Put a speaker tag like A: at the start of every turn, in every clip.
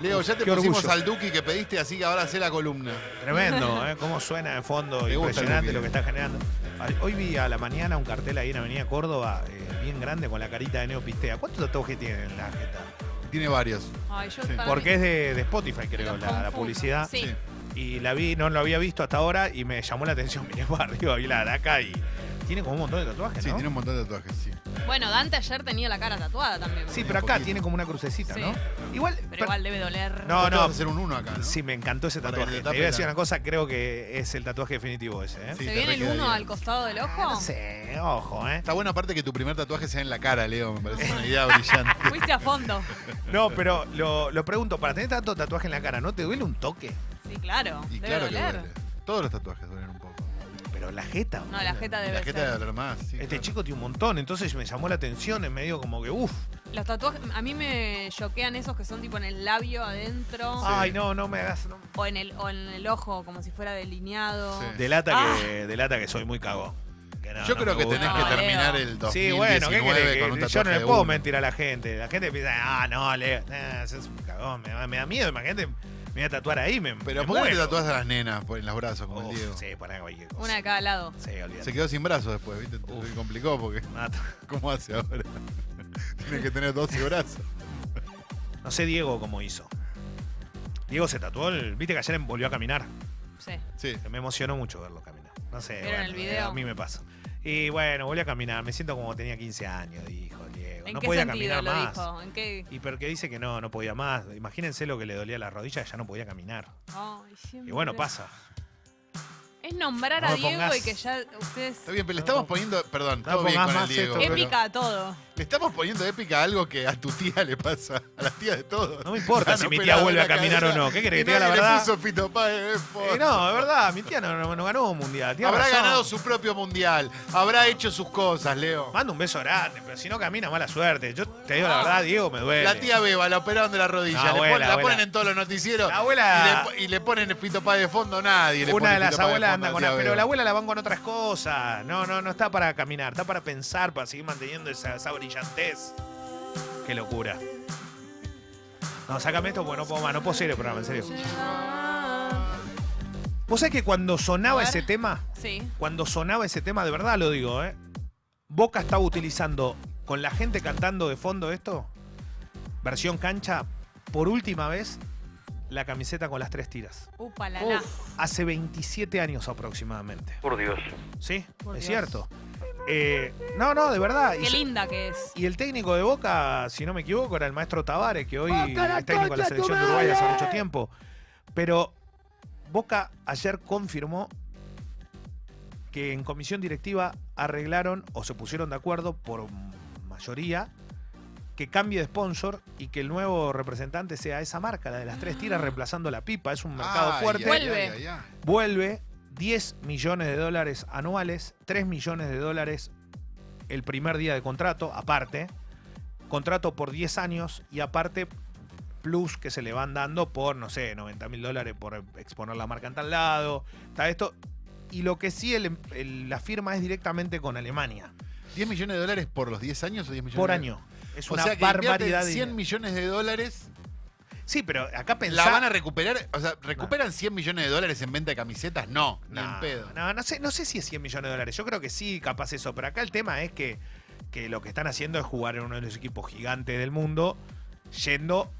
A: te
B: Qué
A: pusimos
B: orgullo.
A: al Duki que pediste, así que ahora hacé la columna.
B: Tremendo, ¿eh? Cómo suena de fondo,
A: Me gusta
B: impresionante
A: el
B: lo
A: Duque.
B: que está generando. Al- Hoy vi a la mañana un cartel ahí en Avenida Córdoba, eh, bien grande, con la carita de Neopistea. ¿Cuántos tatuajes tiene en la jeta?
A: Tiene varios.
C: Ay, yo
A: Sí.
C: para mí-
B: Porque es de, de Spotify, creo,
C: los
B: la, la
C: confundo.
B: publicidad.
C: Sí.
B: Y la vi, no lo había visto hasta ahora y me llamó la atención. Miré para arriba, vi la araca y tiene como un montón de tatuajes,
A: Sí,
B: ¿no?
A: tiene un montón de tatuajes, sí.
C: Bueno, Dante ayer tenía la cara tatuada también.
B: Sí,
A: un
B: pero acá
A: poquito.
B: tiene como una crucecita,
C: Sí.
B: ¿no? Igual, per-
C: Pero igual debe doler.
B: No,
A: Vos te
B: no.
A: vas a hacer un uno acá, ¿no?
B: sí, me encantó ese
A: Para que
B: tatuaje.
A: te
B: Te
A: tape
B: voy a decir
A: la-
B: una cosa, creo que es el tatuaje definitivo ese, ¿eh?
A: Sí, te
C: ¿Se viene el
A: requeda
C: uno
A: bien.
C: al costado del ojo?
B: No sé, ojo, ¿eh?
A: Está buena parte que tu primer tatuaje sea en la cara, Leo. Me parece una idea brillante.
C: Fuiste a fondo.
B: No, pero lo, lo pregunto, para tener tanto tatuaje en la cara, ¿no te duele un toque?
C: Sí, claro.
A: Y
C: debe
A: claro que
C: doler.
A: duele. Todos los tatuajes duelen un poco.
B: Pero la jeta.
C: No, la jeta
A: Y
C: debe
A: la jeta
C: ser.
A: debe doler más. sí,
B: Este
A: claro.
B: chico tiene un montón, entonces me llamó la atención en medio como que, uff.
C: Los tatuajes, a mí me choquean esos que son tipo en el labio adentro
B: Ay, no, no me hagas. no-
C: o en el o en el ojo como si fuera delineado.
A: Sí.
B: Delata, que, delata que soy muy cagón. Que no,
A: Yo
B: no
A: creo
B: me
A: que
B: gusta.
A: tenés que
C: No,
A: terminar
C: Leo.
A: el 2019
B: Sí, bueno, ¿qué querés? Que
A: con un
B: yo
A: tatuaje
B: no le
A: de
B: puedo
A: uno.
B: mentir a la gente. La gente piensa, ah, no, Leo, nah, sos un cagón, me, da- me da miedo, imagínate, me voy a tatuar ahí, me
A: Pero
B: me
A: ¿por qué no te
B: muero.
A: tatuás a las nenas por- en los brazos, como el
B: Uf,
A: Diego?
B: Sí, para cualquier cosa.
C: Una de cada lado.
B: Sí, olvídate.
A: Se quedó sin brazos después, ¿viste?
B: Uf.
A: Se complicó porque
B: Mato.
A: ¿cómo hace ahora? Tiene que tener 12 brazos.
B: No sé Diego cómo hizo. Diego se tatuó, el, viste que ayer em, volvió a caminar.
C: Sí.
A: Sí.
B: Me emocionó mucho verlo caminar. No sé,
C: ¿Vieron
B: bueno, eh,
C: el video?
B: a mí me pasa. Y bueno, volvió a caminar. Me siento como tenía 15 años, dijo Diego.
C: ¿En
B: no
C: qué
B: podía
C: sentido
B: caminar
C: lo
B: más.
C: dijo? ¿En qué?
B: Y porque dice que no, no podía más. Imagínense lo que le dolía a la rodilla, que ya no podía caminar.
C: Ay, siempre.
B: Y bueno, pasa.
C: Es nombrar
B: No
C: a
B: me
C: Diego
B: pongas-
C: y que ya ustedes
A: Está bien, pero le estamos poniendo. Perdón, todo bien
B: pongas
A: con el
B: más
A: Diego.
B: esto,
A: pero-
C: épica a todo.
A: Le estamos poniendo épica a algo que a tu tía le pasa, a las tías de todos.
B: No me importa
A: Están
B: si mi tía
A: operadas de
B: vuelve
A: la
B: a caminar
A: cadera
B: o no. ¿Qué querés
A: y
B: que te diga la
A: nadie le
B: verdad?
A: puso Fito Páez, por-
B: Eh, no, es verdad, mi tía no, no- no ganó un mundial. Tiene
A: Habrá
B: razón.
A: ganado su propio mundial. Habrá hecho sus cosas, Leo.
B: Manda un beso grande, pero si no camina, mala suerte. Yo te digo la verdad, Diego, me duele.
A: La tía Beba, la operaron de la rodilla.
B: La
A: Le
B: abuela,
A: pon- la
B: abuela.
A: ponen en todos los noticieros.
B: La abuela-
A: Y le, po- y le ponen Fito Páez de fondo, nadie. le
B: Una
A: pone
B: de las
A: Fito Páez de
B: abuelas
A: fondo
B: anda
A: a
B: con
A: tía
B: la, pero
A: Beba.
B: la abuela la van con otras cosas. No, no, no está para caminar, está para pensar, para seguir manteniendo esa, esa brillantez. Qué locura. No, sácame esto porque no puedo más, no puedo seguir el programa, en serio. Vos sabés que cuando sonaba
C: A ver.
B: ese tema,
C: Sí.
B: cuando sonaba ese tema, de verdad lo digo, ¿eh? Boca estaba utilizando, con la gente cantando de fondo esto, versión cancha, por última vez, la camiseta con las tres tiras.
C: Upa la la.
B: Hace 27 años aproximadamente.
D: Por Dios.
B: Sí,
C: Por
B: es
C: Dios.
B: cierto. Eh, no, no, de verdad. Y,
C: Qué linda que es.
B: y el técnico de Boca, si no me equivoco, era el maestro Tavares, que hoy es técnico de la selección de Uruguay hace mucho tiempo. Pero Boca ayer confirmó que en comisión directiva arreglaron o se pusieron de acuerdo por mayoría que cambie de sponsor y que el nuevo representante sea esa marca, la de las tres
C: Ah.
B: tiras, reemplazando a la pipa. Es un mercado
A: Ay,
B: fuerte.
A: ay, ay,
C: Vuelve.
A: ay, ay.
B: Vuelve 10 millones de dólares anuales, 3 millones de dólares el primer día de contrato, aparte. Contrato por 10 años y aparte plus que se le van dando por, no sé, 90 mil dólares por exponer la marca en tal lado. Está esto. Y lo que sí, el- el- la firma es directamente con Alemania.
A: ¿10 millones de dólares por los 10 años o 10 millones
B: Por
A: de-
B: año. Es
A: O
B: una
A: sea que
B: barbaridad.
A: invierten
B: de
A: 100
B: dinero.
A: millones de dólares.
B: Sí, pero acá pensá...
A: ¿La van a recuperar? O sea, ¿recuperan 100 millones de dólares en venta de camisetas? No, ni en pedo.
B: No, no sé, no sé si es 100 millones de dólares. Yo creo que sí, capaz eso. Pero acá el tema es que, que lo que están haciendo es jugar en uno de los equipos gigantes del mundo, yendo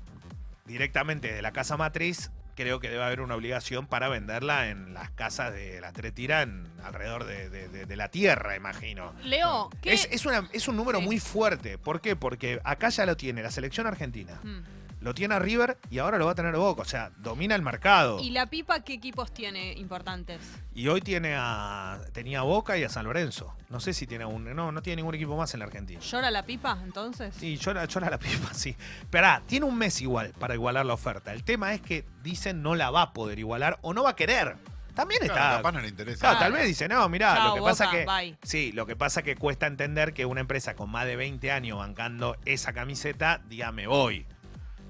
B: directamente de la casa matriz. Creo que debe haber una obligación para venderla en las casas de la Tretira en- alrededor de, de- de- de la tierra, imagino.
C: Leo, ¿qué?
B: Es, es una- es un número
C: Sí.
B: muy fuerte. ¿Por qué? Porque acá ya lo tiene la selección argentina,
C: Mm.
B: lo tiene River y ahora lo va a tener Boca. O sea, domina el mercado.
C: ¿Y la pipa qué equipos tiene importantes?
B: Y hoy tiene a, tenía a Boca y a San Lorenzo. No sé si tiene un. No, no tiene ningún equipo más en la Argentina.
C: ¿Llora la pipa entonces?
B: Sí, llora, llora la pipa, sí. Pero ah, tiene un mes igual para igualar la oferta. El tema es que dicen no la va a poder igualar o no va a querer. También
A: Claro,
B: está.
A: capaz no le interesa. Ah,
B: Claro, tal
C: Claro.
B: vez dice, no, mirá,
C: Chao,
B: lo que pasa
C: Boca,
B: que.
C: bye.
B: Sí, lo que pasa que cuesta entender que una empresa con más de 20 años bancando esa camiseta, diga me voy.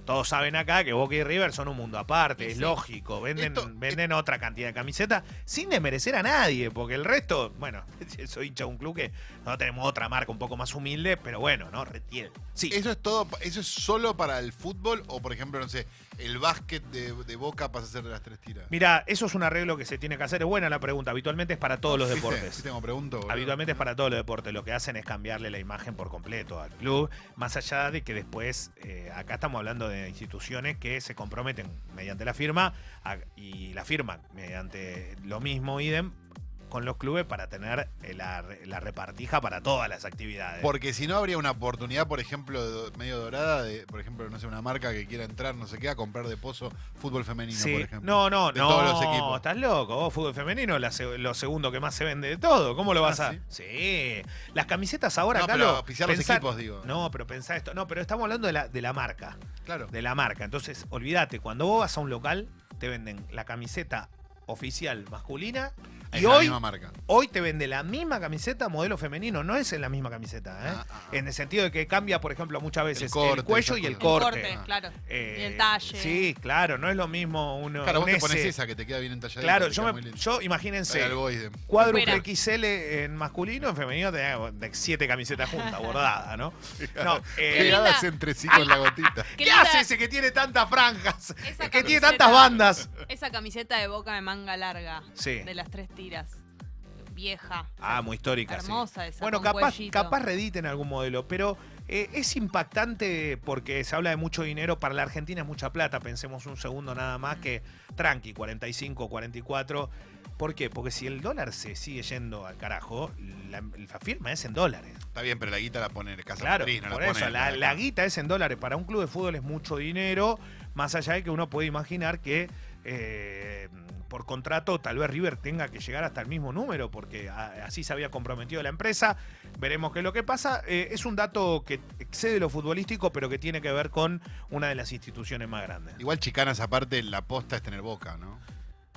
B: Todos saben acá que Boca y River son un mundo aparte,
A: Y
B: es
A: sí.
B: lógico. Venden,
A: Esto-
B: venden otra cantidad de camisetas sin desmerecer a nadie, porque el resto, bueno, soy hincha de un club que no tenemos otra marca un poco más humilde, pero bueno, ¿no? Retiel. Sí.
A: ¿Eso es todo? pa- ¿Eso es solo para el fútbol? O, por ejemplo, no sé, el básquet de, de boca pasa a ser de las tres tiras.
B: Mira, eso es un arreglo que se tiene que hacer. Es buena la pregunta. Habitualmente es para todos los
A: ¿Viste?
B: deportes.
A: Sí, tengo pregunto. boludo.
B: Habitualmente es para todos los deportes. Lo que hacen es cambiarle la imagen por completo al club. Más allá de que después, eh, acá estamos hablando de instituciones que se comprometen mediante la firma a- y la firman mediante lo mismo, idem, con los clubes para tener eh, la, re- la repartija para todas las actividades.
A: Porque si no habría una oportunidad, por ejemplo, de- medio dorada, de, por ejemplo, no sé, una marca que quiera entrar, no sé qué, a comprar de pozo fútbol femenino,
B: Sí.
A: por ejemplo.
B: No, no,
A: de
B: no.
A: todos los equipos.
B: Estás loco. Vos, fútbol femenino, la se- lo segundo que más se vende de todo. ¿Cómo lo vas
A: Ah,
B: a.? Sí. Las camisetas ahora,
A: No,
B: Calo,
A: pero auspiciar los
B: pensá-
A: equipos, digo.
B: No, pero pensá esto. No, pero estamos hablando de la, de la marca.
A: Claro.
B: De la marca. Entonces, olvídate, cuando vos vas a un local, te venden la camiseta oficial masculina.
A: Es
B: Y
A: la
B: hoy, ¿eh?
A: misma marca.
B: hoy te vende la misma camiseta modelo femenino. No es en la misma camiseta, ¿eh?
A: Ah, ah, ah.
B: En el sentido de que cambia, por ejemplo, muchas veces el,
A: corte,
B: cuello
A: esas
B: y el
A: cosas.
C: El
B: corte.
C: corte,
A: Ah.
C: claro.
B: Eh,
C: Y el talle.
B: Sí, claro, no es lo mismo uno.
A: Claro, vos
B: un
A: te pones
B: S.
A: esa que te queda bien entallada.
B: Claro, yo, me- yo imagínense,
A: Cuadro
B: cuádruple
C: Fuera.
B: XL en masculino, en femenino tenía de siete camisetas juntas, bordada, ¿no? No, eh,
A: Pegadas entre sí con la gotita.
C: Qué
B: ¿qué
C: linda
B: hace ese que tiene tantas franjas?
C: esa
B: Que tiene
C: camiseta-
B: tantas bandas.
C: Esa camiseta de boca de manga larga.
B: Sí.
C: De las tres tiras. Vieja.
B: Ah, muy histórica. sí.
C: Hermosa esa.
B: Bueno,
C: con
B: capaz,
C: cuellito.
B: capaz rediten algún modelo, pero eh, es impactante porque se habla de mucho dinero. Para la Argentina es mucha plata. Pensemos un segundo nada más que tranqui, 45, 44. ¿Por qué? Porque si el dólar se sigue yendo al carajo, la, la firma es en dólares.
A: Está bien, pero la guita la pone en casa
B: Claro,
A: matriz, no
B: por
A: la pone
B: eso,
A: en
B: la,
A: la-
B: la guita es en dólares. Para un club de fútbol es mucho dinero, más allá de que uno puede imaginar que eh, por contrato tal vez River tenga que llegar hasta el mismo número, porque a- así se había comprometido la empresa. Veremos qué es lo que pasa. Eh, es un dato que excede lo futbolístico, pero que tiene que ver con una de las instituciones más grandes.
A: Igual chicanas aparte, la posta es tener boca, ¿no?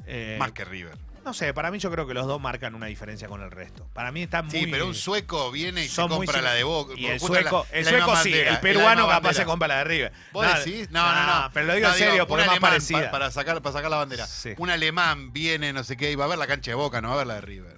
B: Eh,
A: Más que River.
B: No sé, para mí yo creo que los dos marcan una diferencia con el resto. Para mí está muy...
A: Sí, pero un sueco viene y se
B: son muy
A: compra
B: sim-
A: la de boca.
B: Y el
A: justo la-
B: sueco, el
A: la misma
B: sueco sí,
A: bandera,
B: el
A: es la
B: peruano
A: misma
B: capaz se
A: bandera.
B: compra la de River.
A: ¿Vos
B: No,
A: decís? No, no, no.
B: Pero lo digo
A: No,
B: en serio, porque
A: un
B: es más
A: alemán,
B: parecida.
A: pa- para, sacar, para sacar la bandera.
B: Sí.
A: Un alemán viene, no sé qué, y va a ver la cancha de boca, no va a ver la de River.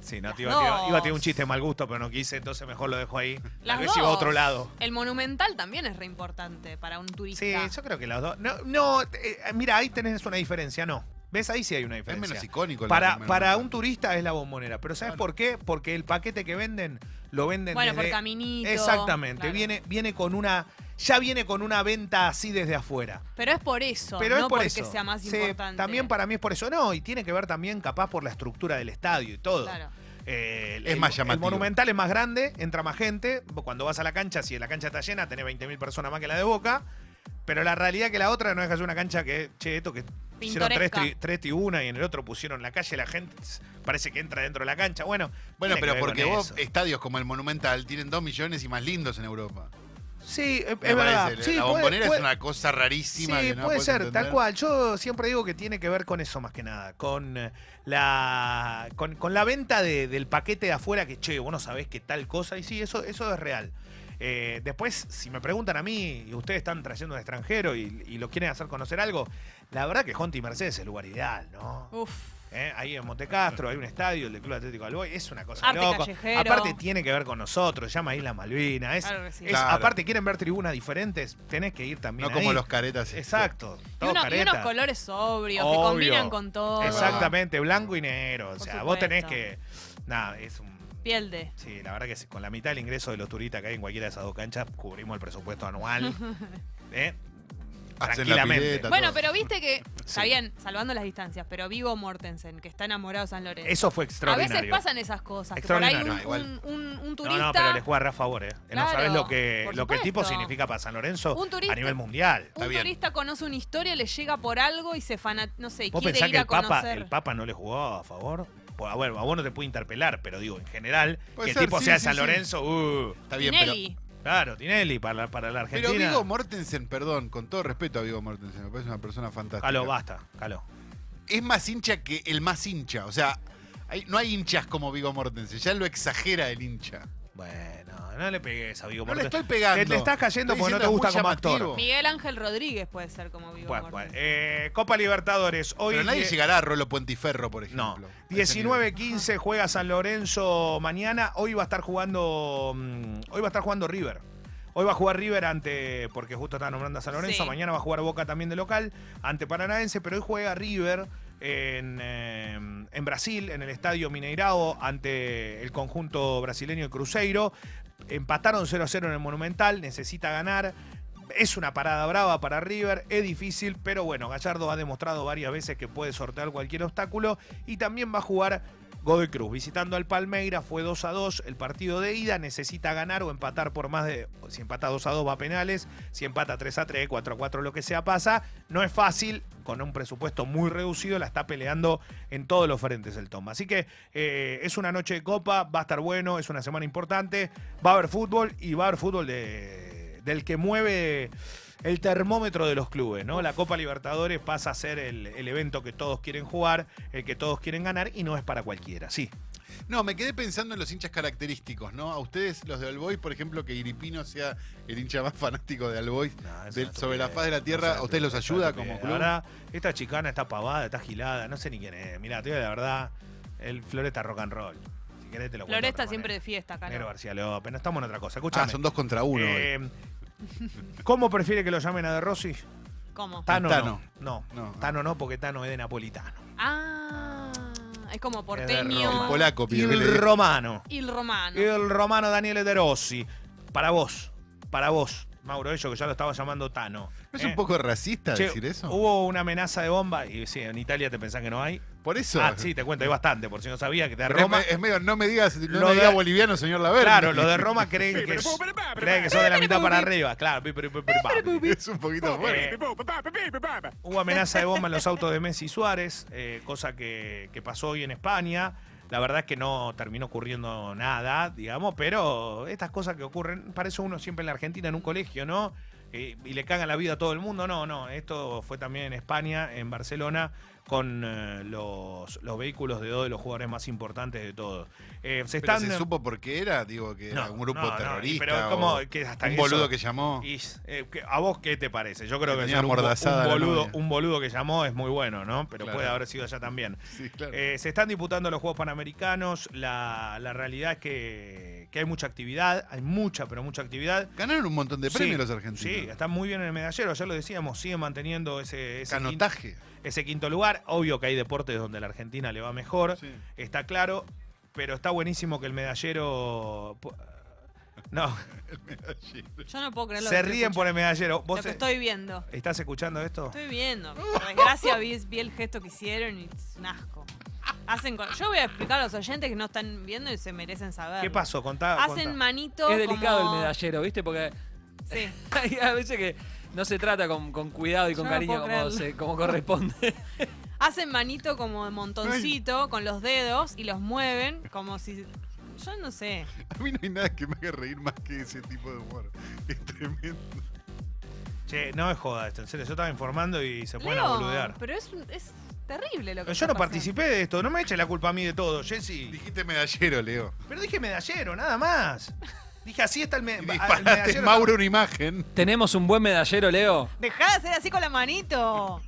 B: Sí, no,
C: Las
B: te iba, te iba- iba a tirar un
C: dos.
B: chiste de mal gusto, pero no quise, entonces mejor lo dejo ahí. Tal
C: Las
B: vez iba a
C: dos.
B: otro lado.
C: El monumental también es re importante para un turista.
B: Sí, yo creo que las dos. No, no eh, mira, ahí tenés una diferencia, no. ¿Ves? Ahí sí hay una
A: Es
B: diferencia.
A: menos icónico. el
B: para,
A: Monumental.
B: para un turista es la bombonera, pero ¿sabes
A: Claro.
B: por qué? Porque el paquete que venden lo venden
C: Bueno, por
B: desde-
C: caminito.
B: Exactamente,
C: claro.
B: viene, viene con una ya viene con una venta así desde afuera.
C: Pero es por eso,
B: Pero
C: no
B: es por
C: porque
B: eso.
C: sea más
B: Sí,
C: importante.
B: También para mí es por eso. No, y tiene que ver también capaz por la estructura del estadio y todo.
C: Claro.
B: Eh, el-
A: Es más
B: el- El
A: llamativo.
B: monumental es más grande, entra más gente. Vos Cuando vas a la cancha, si la cancha está llena, tenés 20.000 personas más que la de Boca. Pero la realidad que la otra no es que haya una cancha que, che, esto que hicieron tres,
C: Pintoresca.
B: tri- tres tribunas y en el otro pusieron la calle, la gente s- parece que entra dentro de la cancha. Bueno,
A: Bueno,
B: tiene que
A: pero
B: ver
A: porque
B: con
A: vos, eh,
B: eso.
A: estadios como el Monumental tienen dos millones y más lindos en Europa.
B: Sí, eh,
A: Me
B: es verdad.
A: parece.
B: Sí,
A: la
B: puede-
A: bombonera
B: puede-
A: es una cosa rarísima.
B: Sí,
A: que no
B: puede
A: podés
B: ser,
A: entender.
B: tal cual. Yo siempre digo que tiene que ver con eso más que nada, con eh, la con, con la venta de- del paquete de afuera que, che, vos no sabés que tal cosa, y sí, eso, eso es real. Eh, después, si me preguntan a mí, y ustedes están trayendo un extranjero y, y lo quieren hacer conocer algo, la verdad que Honti Mercedes es el lugar ideal, ¿no?
C: Uf,
B: Eh, Ahí en Montecastro hay un estadio, el del Club Atlético Alboy, es una cosa
C: Arte
B: loca.
C: callejero.
B: Aparte tiene que ver con nosotros, se llama Isla Malvina. Es,
C: claro que sí.
B: es-
A: Claro.
B: Aparte quieren ver tribunas diferentes, tenés que ir también
A: No como
B: ahí.
A: los caretas. este.
B: Exacto.
C: Y,
B: todo
C: uno- y
B: careta.
C: unos colores sobrios
B: Obvio.
C: que combinan con todo.
B: Exactamente, blanco y negro. O
C: Por
B: sea, vos tenés que.
C: supuesto.
B: Nada, es un.
C: Piel de.
B: Sí, la verdad que sí, con la mitad del ingreso de los turistas que hay en cualquiera de esas dos canchas, cubrimos el presupuesto anual. ¿eh?
A: Hacen la
B: Tranquilamente.
A: pileta,
C: Bueno,
A: todo.
C: pero viste que, está
B: Sí.
C: bien, salvando las distancias, pero Vigo Mortensen, que está enamorado de San Lorenzo.
B: Eso fue
C: a veces
B: extraordinario.
C: pasan esas cosas, que por ahí un,
A: Extraordinario.
C: un- un- un
B: no,
C: turista...
B: no, pero les juega re a favor, ¿eh? no
C: Claro,
B: sabes lo que,
C: por
B: lo que el tipo
C: supuesto.
B: significa para San Lorenzo
C: Un turista-
B: a nivel mundial.
A: Está
C: un
A: bien.
C: turista conoce una historia, le llega por algo y se fana, no sé, y
B: ¿Vos
C: quiere
B: pensás
C: ir
B: que
C: a
B: el Papa,
C: conocer.
B: el Papa no le jugó a favor? Pues, a ver, a vos no te puede interpelar, pero digo, en general,
A: Puede
B: que el
A: ser,
B: tipo
A: sí,
B: sea de
A: sí,
B: San
A: sí.
B: Lorenzo, uh,
A: Está bien, pero.
C: Tinelli.
B: claro, Tinelli para, la- para la Argentina.
A: Pero Vigo Mortensen, perdón, con todo respeto a Vigo Mortensen, me parece una persona fantástica.
B: Caló, basta, caló.
A: Es más hincha que el más hincha. O sea, hay- no hay hinchas como Vigo Mortensen. Ya lo exagera el hincha.
B: Bueno, no le pegues a Vigo
A: No le
B: Mortensen.
A: estoy pegando.
B: Te- te estás cayendo
A: Estoy
B: porque no te
A: diciendo, es
B: gusta
A: muy
B: como
A: llamativo.
C: Miguel Ángel Rodríguez puede ser como vivo.
B: Cual, cual. Eh, Copa Libertadores. Hoy
A: Pero nadie
B: die-
A: llegará a Rolo Puentiferro, por
B: No,
A: ejemplo. a ese nivel.
B: 19-15 juega San Lorenzo mañana. Hoy va a estar jugando. mm, Hoy va a estar jugando River. Hoy va a jugar River ante. Porque justo está nombrando a San Lorenzo.
C: Sí.
B: Mañana va a jugar Boca también de local. Ante Paranaense. Pero hoy juega River en, eh, en Brasil, en el Estadio Mineirao, ante el conjunto brasileño de Cruzeiro. Empataron 0-0 en el Monumental. Necesita ganar. Es una parada brava para River, es difícil, pero bueno, Gallardo ha demostrado varias veces que puede sortear cualquier obstáculo y también va a jugar Godoy Cruz. Visitando al Palmeira fue 2 a 2 el partido de ida, necesita ganar o empatar por más de... Si empata 2 a 2 va a penales, si empata 3 a 3, 4 a 4, lo que sea pasa. No es fácil, con un presupuesto muy reducido, la está peleando en todos los frentes el Tom. Así que eh, es una noche de copa, va a estar bueno, es una semana importante, va a haber fútbol y va a haber fútbol de, del que mueve el termómetro de los clubes, ¿no? La Copa Libertadores pasa a ser el, el evento que todos quieren jugar, el que todos quieren ganar y no es para cualquiera, sí.
A: No, me quedé pensando en los hinchas característicos, ¿no? A ustedes, los de Alboy, por ejemplo, que Iripino sea el hincha más fanático de Alboy. Del- sobre la faz de la tierra, ¿a ustedes los ayuda como club?
B: Ahora, esta chicana está pavada, está gilada, no sé ni quién es. Mirá, te digo la verdad, el Floresta rock and roll. Si querés te lo cuento de
C: Floresta
B: otra
C: siempre de
B: manera.
C: fiesta acá. ¿no?
B: Negro García López, no estamos en otra cosa.
A: Ah,
B: Escuchame.
A: son dos contra uno. hoy.
B: Eh, ¿Cómo prefiere que lo llamen a De Rossi?
C: ¿Cómo?
B: Tano,
A: Ah, Tano.
B: no. No,
A: No, ah.
B: Tano no, porque Tano es de napolitano.
C: Ah, es como
A: El
C: porteño.
B: Roma.
A: polaco,
B: Y
A: pidió que le
B: el
A: diga.
B: romano.
C: y el romano.
B: El romano Daniel De Rossi. Para vos, para vos, Mauro Ello, que ya lo estaba llamando Tano.
A: ¿No es
B: ¿eh?
A: un poco racista
B: Che,
A: decir eso?
B: Hubo una amenaza de bomba, y sí, en Italia te pensás que no hay.
A: Por eso.
B: Ah, sí, te cuento, hay bastante, por si no sabía que de
A: Pero es
B: Roma.
A: me- es medio, no me digas, no
B: Lo
A: me
B: de-
A: diga boliviano, señor Laverde.
B: Claro, los de Roma creen que, creen que son de la mitad para arriba, claro. pi, pi, pi, pi, pa.
A: Es un poquito fuerte.
B: Eh, hubo amenaza de bomba en los autos de Messi y Suárez, eh, cosa que, que pasó hoy en España. La verdad es que no terminó ocurriendo nada, digamos, pero estas cosas que ocurren, para eso uno siempre en la Argentina, en un colegio, ¿no? Eh, y le cagan la vida a todo el mundo. No, no, esto fue también en España, en Barcelona, con eh, los, los vehículos de dos de los jugadores más importantes de todos. Eh, se
A: Pero
B: están...
A: se supo por qué era, digo, que era
B: No,
A: un grupo
B: no, no, y
A: terrorista.
B: pero ¿cómo
A: o
B: que hasta
A: un
B: eso-
A: boludo que llamó.
B: Y, eh, que- ¿A vos qué te parece? Yo creo
A: Que
B: que
A: tenía
B: ser un, bo-
A: amordazada
B: un
A: la
B: boludo,
A: novia.
B: un boludo que llamó es muy bueno, ¿no? Pero
A: Claro.
B: puede haber sido allá también.
A: Sí, claro.
B: Eh, se están disputando los Juegos Panamericanos. La, la realidad es que, que hay mucha actividad, hay mucha, pero mucha actividad.
A: Ganaron un montón de
B: Sí,
A: premios los argentinos.
B: Sí, están muy bien en el medallero, ya lo decíamos, siguen manteniendo ese, ese, quinto,
A: Canotaje.
B: ese quinto lugar. Obvio que hay deportes donde la Argentina le va mejor,
A: Sí.
B: está claro, pero está buenísimo que el medallero... po- No,
C: Yo no puedo creerlo.
B: se ríen por el medallero.
C: lo
B: ¿Vos eh,
C: que estoy viendo.
B: estás escuchando esto?
C: Estoy viendo. Por desgracia vi, vi el gesto que hicieron y es un asco. Hacen co- Yo voy a explicar a los oyentes que no están viendo y se merecen saber.
B: ¿Qué pasó? Contá.
C: Hacen
B: contá.
C: manito.
D: Es delicado
C: como-
D: el medallero, ¿viste? Porque
C: Sí.
D: hay a veces que no se trata con, con cuidado y con
C: Yo no
D: cariño
C: puedo
D: como,
C: creerlo.
D: se- como corresponde.
C: Hacen manito como de montoncito con los dedos y los mueven como si. Yo no sé.
A: A mí no hay nada que me haga reír más que ese tipo de humor. Es tremendo.
B: Che, no es joda esto, en serio. Yo estaba informando y se ponen a
C: Leo,
B: boludear.
C: pero es, un- es terrible lo que está
B: Pero yo no
C: pasando.
B: participé de esto, no me eche la culpa a mí de todo, Jessy.
A: Dijiste medallero, Leo.
B: Pero dije medallero, nada más. Dije, así está el,
A: Y
B: me- el
A: disparaste,
B: medallero.
A: Mauro, una imagen.
D: ¿Tenemos un buen medallero, Leo?
C: Dejá de hacer así con la manito.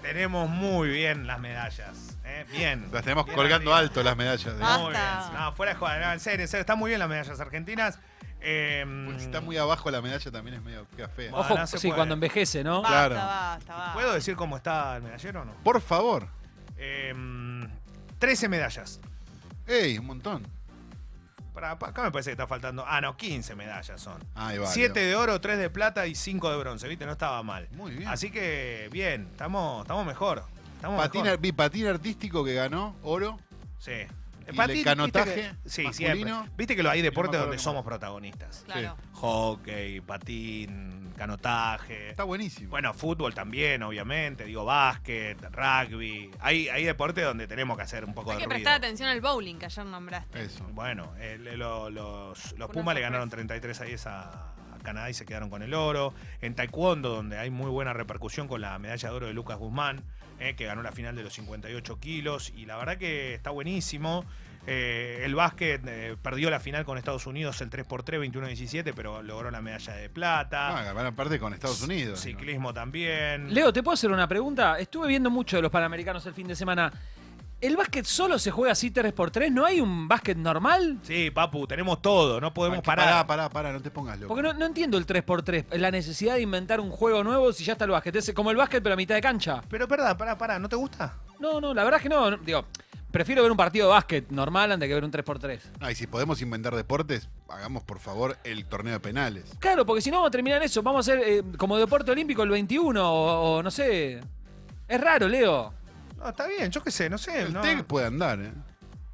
B: Tenemos muy bien las medallas. eh, Bien.
A: Las tenemos
B: Bien
A: colgando
B: arriba.
A: alto las medallas. de-
C: Ah.
B: Muy
C: Basta.
B: bien. No, fuera de joda, no, en serio, en serio. Están muy bien las medallas argentinas. Eh,
A: Porque si Pues está muy abajo la medalla también es medio queda fea.
B: Bueno,
D: Ojo,
B: no se
D: sí,
B: puede. Ah.
D: cuando envejece, ¿no?
C: Basta,
A: Claro.
C: basta, basta.
B: ¿Puedo decir cómo está el medallero o no?
A: Por favor.
B: Eh, 13 medallas.
A: ¡Ey! Un montón.
B: Para, acá me parece que está faltando. Ah, no, 15 medallas son.
A: Ahí va.
B: Siete
A: Leo.
B: de oro, tres de plata y cinco de bronce, ¿viste? No estaba mal.
A: Muy bien.
B: Así que, bien, estamos, estamos mejor. Estamos
A: Patín,
B: Ah, mejor.
A: vi patín artístico que ganó oro.
B: Sí. Eh,
A: y el
B: viste
A: canotaje
B: que- sí,
A: masculino.
B: siempre. Viste que lo hay deportes
A: acuerdo
B: donde
A: qué más.
B: somos protagonistas.
C: Claro.
B: Hockey, patín, canotaje.
A: Está buenísimo.
B: Bueno, fútbol también, obviamente. Digo, básquet, rugby. Hay, hay deportes donde tenemos que hacer un poco
C: Hay
B: de
C: que
B: ruido.
C: prestar atención al bowling que ayer nombraste.
A: Eso.
B: Bueno, el- lo- los, los
C: Una
B: Pumas
C: sorpresa.
B: le ganaron 33 a 10 a, a Canadá y se quedaron con el oro. En Taekwondo, donde hay muy buena repercusión con la medalla de oro de Lucas Guzmán, eh, que ganó la final de los 58 kilos. Y la verdad que está buenísimo. Eh, el básquet eh, perdió la final con Estados Unidos el 3x3, 21-17, pero logró la medalla de plata.
A: Ah, bueno, aparte con Estados Unidos. ¿no?
B: Ciclismo también.
D: Leo, ¿te puedo hacer una pregunta? Estuve viendo mucho de los Panamericanos el fin de semana. ¿El básquet solo se juega así 3x3? ¿No hay un básquet normal?
B: Sí, papu, tenemos todo, no podemos
A: Ah, que
B: parar.
A: Pará, pará, pará, no te pongas loco.
D: Porque no, no entiendo el 3x3, la necesidad de inventar un juego nuevo si ya está el básquet. Es como el básquet, pero a mitad de cancha.
B: Pero verdad, pará, pará, ¿no te gusta?
D: No, no, la verdad es que no. no, digo, prefiero ver un partido de básquet normal antes que ver un 3x3.
A: No, y si podemos inventar deportes, hagamos por favor el torneo de penales.
D: Claro, porque si no vamos a terminar en eso, vamos a hacer eh, como deporte olímpico el 21 o, o no sé. Es raro, Leo.
B: No, está bien, yo qué sé, no sé.
A: El
B: no.
A: TEC puede andar, ¿eh?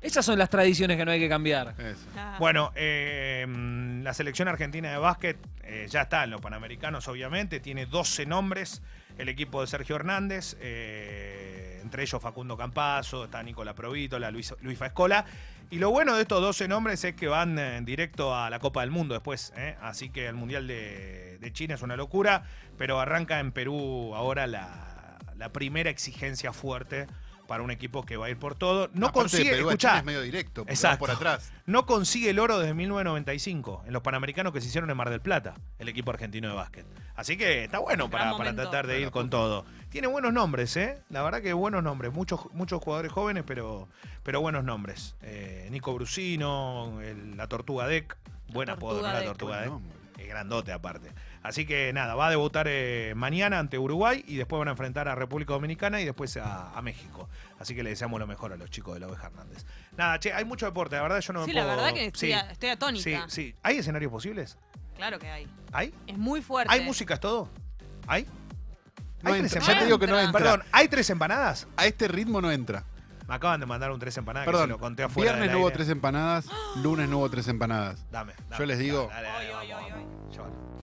D: Esas son las tradiciones que no hay que cambiar.
A: Eso.
C: Ah.
B: Bueno, eh, mm, la selección argentina de básquet eh, ya está en los Panamericanos, obviamente, tiene 12 nombres. El equipo de Sergio Hernández, eh, entre ellos Facundo Campazo, está Nicola Provítola, Luis, Luis Escola. Y lo bueno de estos 12 nombres es que van eh, en directo a la Copa del Mundo después. ¿eh? Así que el Mundial de, de China es una locura, pero arranca en Perú ahora la, la primera exigencia fuerte para un equipo que va a ir por todo.
A: Aparte
B: No
A: de
B: consigue,
A: Perú a
B: escuchá,
A: China es medio directo, porque va
B: Exacto.
A: por atrás.
B: no consigue el oro desde 1995 en los Panamericanos que se hicieron en Mar del Plata, el equipo argentino de básquet. Así que está bueno para,
C: Gran
B: para
C: momento.
B: tratar de ir con todo. Tiene buenos nombres, ¿eh? La verdad que buenos nombres. Muchos, muchos jugadores jóvenes, pero, pero buenos nombres. Eh, Nico Brusino, el- la Tortuga Deck. Buen
C: La
B: apodo, ¿no?
C: Tortuga
B: La
C: Dec.
B: Tortuga
A: Buen
B: Deck.
A: nombre.
B: Es grandote aparte. Así que nada, va a debutar eh, mañana ante Uruguay y después van a enfrentar a República Dominicana y después a, a México. Así que le deseamos lo mejor a los chicos de la Oveja Hernández. Nada, che, hay mucho deporte, la verdad yo no
C: sí,
B: me
C: la
B: puedo...
C: verdad que estoy,
B: sí,
C: a- estoy
B: sí,
C: atónita.
B: sí. ¿Hay escenarios posibles?
C: Claro que hay.
B: ¿Hay?
C: Es muy fuerte.
B: ¿Hay músicas todo? ¿Hay?
A: No
B: ¿Hay
A: entra.
B: tres
A: Ya te digo
B: empanadas?
A: que no
C: Entra.
A: entra.
B: Perdón, ¿hay tres empanadas?
A: A este ritmo no entra.
B: Me acaban de mandar un tres empanadas que
A: Perdón.
B: se lo conté afuera
A: Viernes
B: del
A: no hubo
B: aire.
A: tres empanadas, lunes no hubo tres empanadas.
B: Dame, dame,
A: Yo les digo-
B: dale, dale,
C: Hoy,
B: dale,
C: hoy,
B: vamos,
C: hoy,
B: vamos. Llévalo.